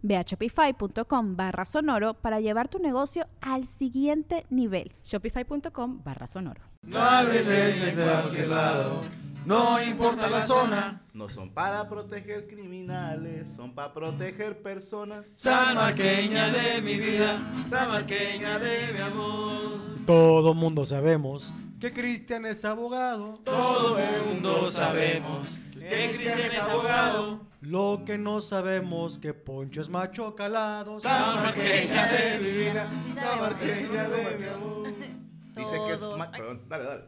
Ve a shopify.com barra sonoro para llevar tu negocio al siguiente nivel. Shopify.com barra sonoro. No en cualquier lado, no importa la zona. No son para proteger criminales, son para proteger personas. San Marqueña de mi vida, San Marqueña de mi amor. Todo mundo sabemos que Cristian es abogado. Todo el mundo sabemos que Cristian es abogado. Lo que no sabemos que Poncho es macho calado. San Marqueña de mi vida, San Marqueña de mi amor. Dice que es. Todo. ma- Ay. Perdón, dale, dale.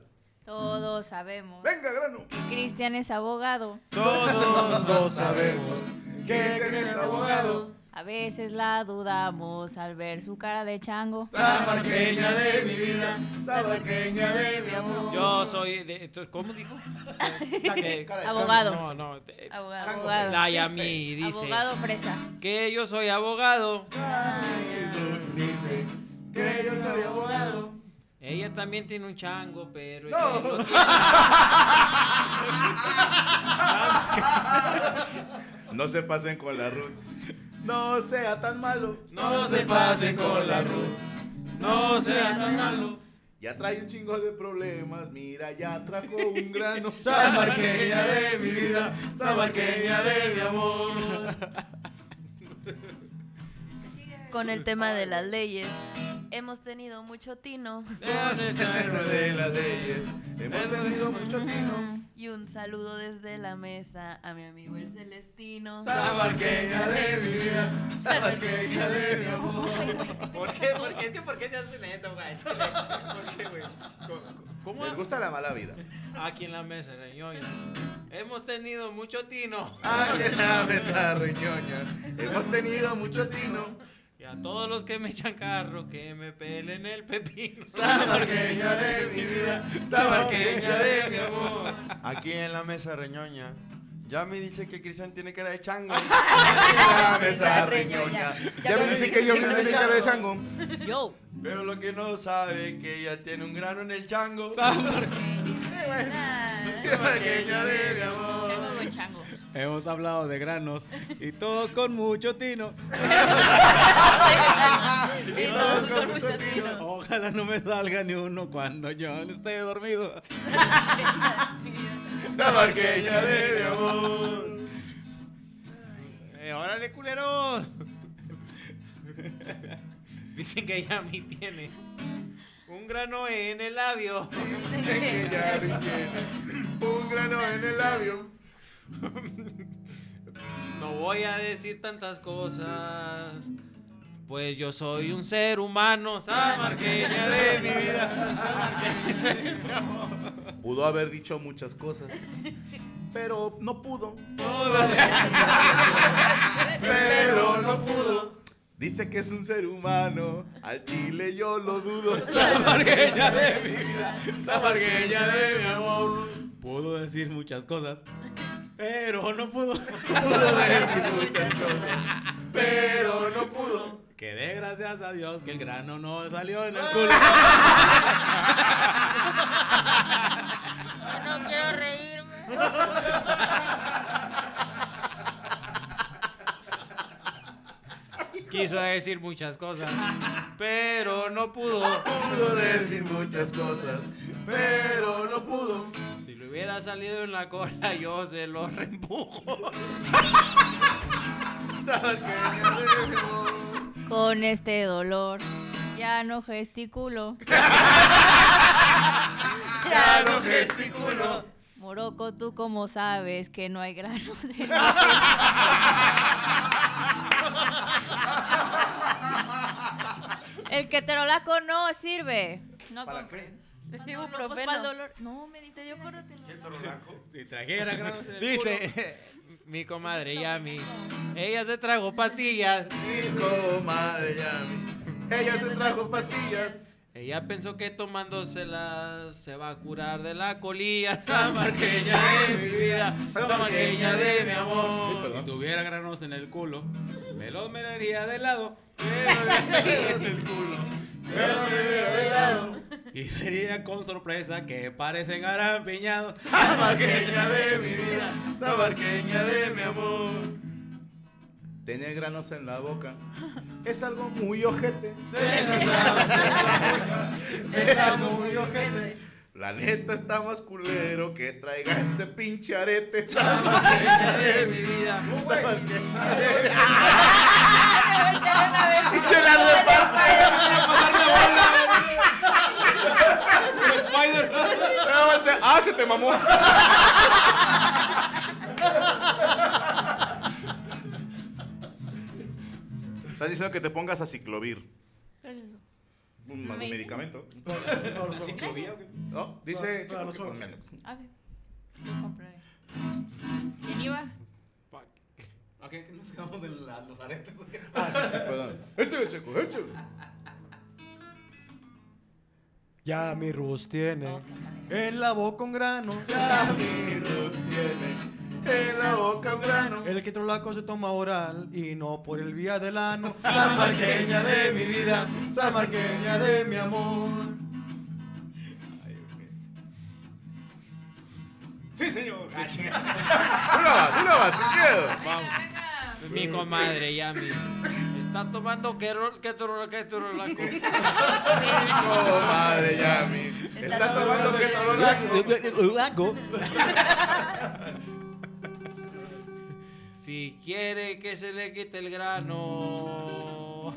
Todos sabemos. Venga, grano. Cristian es abogado. Todos No sabemos. que Cristian es abogado. A veces la dudamos al ver su cara de chango. San Marqueña de mi vida, San Marqueña de mi amor. Yo soy de. esto- ¿Cómo dijo? Eh, Cara de Abogado. No, no. eh, Abogado. Chango, Abogado. Dayami dice Abogado fresa. que yo soy abogado. Dice que yo soy abogado. Ella también tiene un chango, pero. No. ese no tiene. No se pasen con la roots. No sea tan malo. No se pase con la luz, no sea tan malo. Ya trae un chingo de problemas. Mira, ya atracó un grano. San Marqueña de mi vida, San Marqueña de mi amor. Con el tema de las leyes, hemos tenido mucho tino Héroe de las leyes. Hemos tenido mucho tino. y un saludo desde la mesa a mi amigo el Celestino. San Marqueña de mi vida. San Marqueña de mi amor. ¿Por qué? ¿Por qué? Es que ¿por qué se hacen esto, güey? Es que, ¿Por qué, güey? ¿Cómo- ¿Cómo? Les gusta la mala vida. Aquí en la mesa, señor. Hemos tenido mucho tino. Ay, en la mesa reñoña. Hemos tenido mucho tino. Y a todos los que me echan carro, que me pelen el pepino. San Marqueña de mi vida. San Marqueña de mi amor. Aquí en la mesa reñoña. Ya me dice que Cristian tiene cara de chango. En la mesa reñoña. Ya me dicen que yo me de cara de chango. Yo. Pero lo que no sabe que ella tiene un grano en el chango. San Marqueña de mi amor. Chango con chango. Hemos hablado de granos y todos con mucho tino. Y todos con mucho tino. Ojalá no me salga ni uno cuando yo esté dormido. Sabarqueña de mi amor. Eh, ¡Órale, culero! Dicen que ella me tiene un grano en el labio. Dicen que ya tiene un grano en el labio. No voy a decir tantas cosas. Pues yo soy un ser humano, samarqueña de mi vida. Pudo haber dicho muchas cosas, pero no pudo. Pero no pudo. Dice que es un ser humano, al chile yo lo dudo. Sabarqueña de mi vida, sabarqueña de mi amor. Pudo decir muchas cosas, pero no pudo. Pudo decir muchas cosas, pero no pudo. Que dé gracias a Dios que el grano no salió en el culo. No quiero reírme. Quiso decir muchas cosas, pero no pudo. Pudo decir muchas cosas, pero no pudo. Si le hubiera salido en la cola, yo se lo reempujo. Sabarqueña de mi amor. Con este dolor. Ya no gesticulo. ya no gesticulo. Moroco, tú como sabes que no hay granos en El que terolaco no sirve. No ¿Para compre. qué? Digo, no, pues, profeno. pa'l dolor. No, me dice, yo córrete. no. Si trajera granos en el Dice mi comadre Yami. Ella se tragó pastillas. comadre Yami. Ella se trajo pastillas. Ella pensó que tomándoselas se va a curar de la colilla. Samarqueña de mi vida, samarqueña de mi amor. Si tuviera granos en el culo, me los miraría de lado. Me los miraría en el culo. Me los miraría de lado. Y vería con sorpresa que parecen arampiñados. Sabarqueña de mi vida, sabarqueña de mi amor. Tener granos en la boca es algo muy ojete. Es algo muy urgente. La neta está más culero que traiga ese pinche arete. Sabarqueña de mi vida, sabarqueña de mi Y se la reparte. Ah, se te mamó. Estás diciendo que te pongas a ciclovir. Un, un Me- medicamento. ¿Una ciclovía o qué? ¿No? Dice. Para- para los chico, ojos. Melox. Ah, ok. Yo compraré. ¿Quién iba? nos quedamos en los aretes? Ah, sí, sí, perdón. Échale, checo, échale. Ya mi Rus tiene en la boca un grano. Ya mi Ruth tiene en la boca un grano. El que trolaco se toma oral y no por el vía del ano. Samarqueña de mi vida, Samarqueña de mi amor. Sí, señor. Una más, una más, sin miedo. Mi comadre Yami. Está tomando que que que Oh, madre Yami. Está Está tomando tomando que trolaco. Si quiere que se le quite el grano.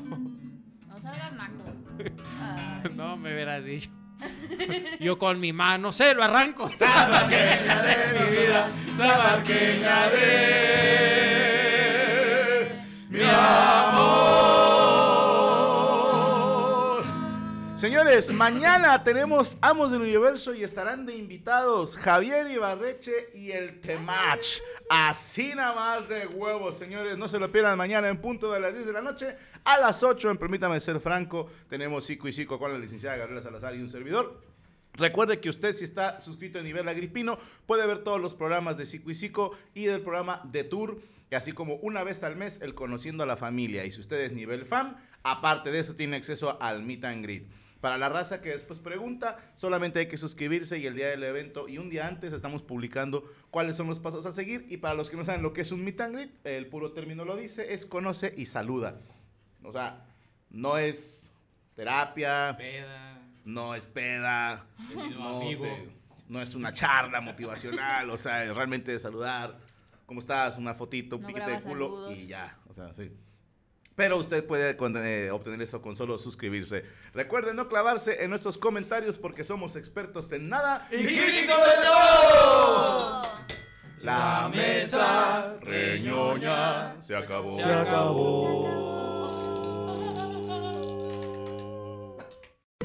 No salgas maco. Ah, No me hubieras dicho. Yo con mi mano se lo arranco. Sabarqueña de mi vida, sabarqueña de mi amor. Señores, mañana tenemos Amos del Universo y estarán de invitados Javier Ibarreche y el Temach. Así nada más de huevos, señores. No se lo pierdan mañana en punto de las 10 de la noche a las 8. En Permítame ser franco, tenemos Cico y Cico con la licenciada Gabriela Salazar y un servidor. Recuerde que usted, si está suscrito a nivel agripino, puede ver todos los programas de Sico y Sico y del programa de Tour, y así como una vez al mes el Conociendo a la Familia. Y si usted es nivel fan, aparte de eso, tiene acceso al Meet and Greet. Para la raza que después pregunta, solamente hay que suscribirse y el día del evento y un día antes estamos publicando cuáles son los pasos a seguir. Y para los que no saben lo que es un Meet and Greet, el puro término lo dice, es conoce y saluda. O sea, no es terapia, no es peda, no, te- no es una charla motivacional, o sea, es realmente de saludar, ¿cómo estás? Una fotito, un No piquete de graba culo saludos. y ya, o sea, sí. Pero usted puede con- eh, obtener eso con solo suscribirse. Recuerden no clavarse en nuestros comentarios porque somos expertos en nada. Y crítico de todo. La mesa reñoña se acabó. Se acabó.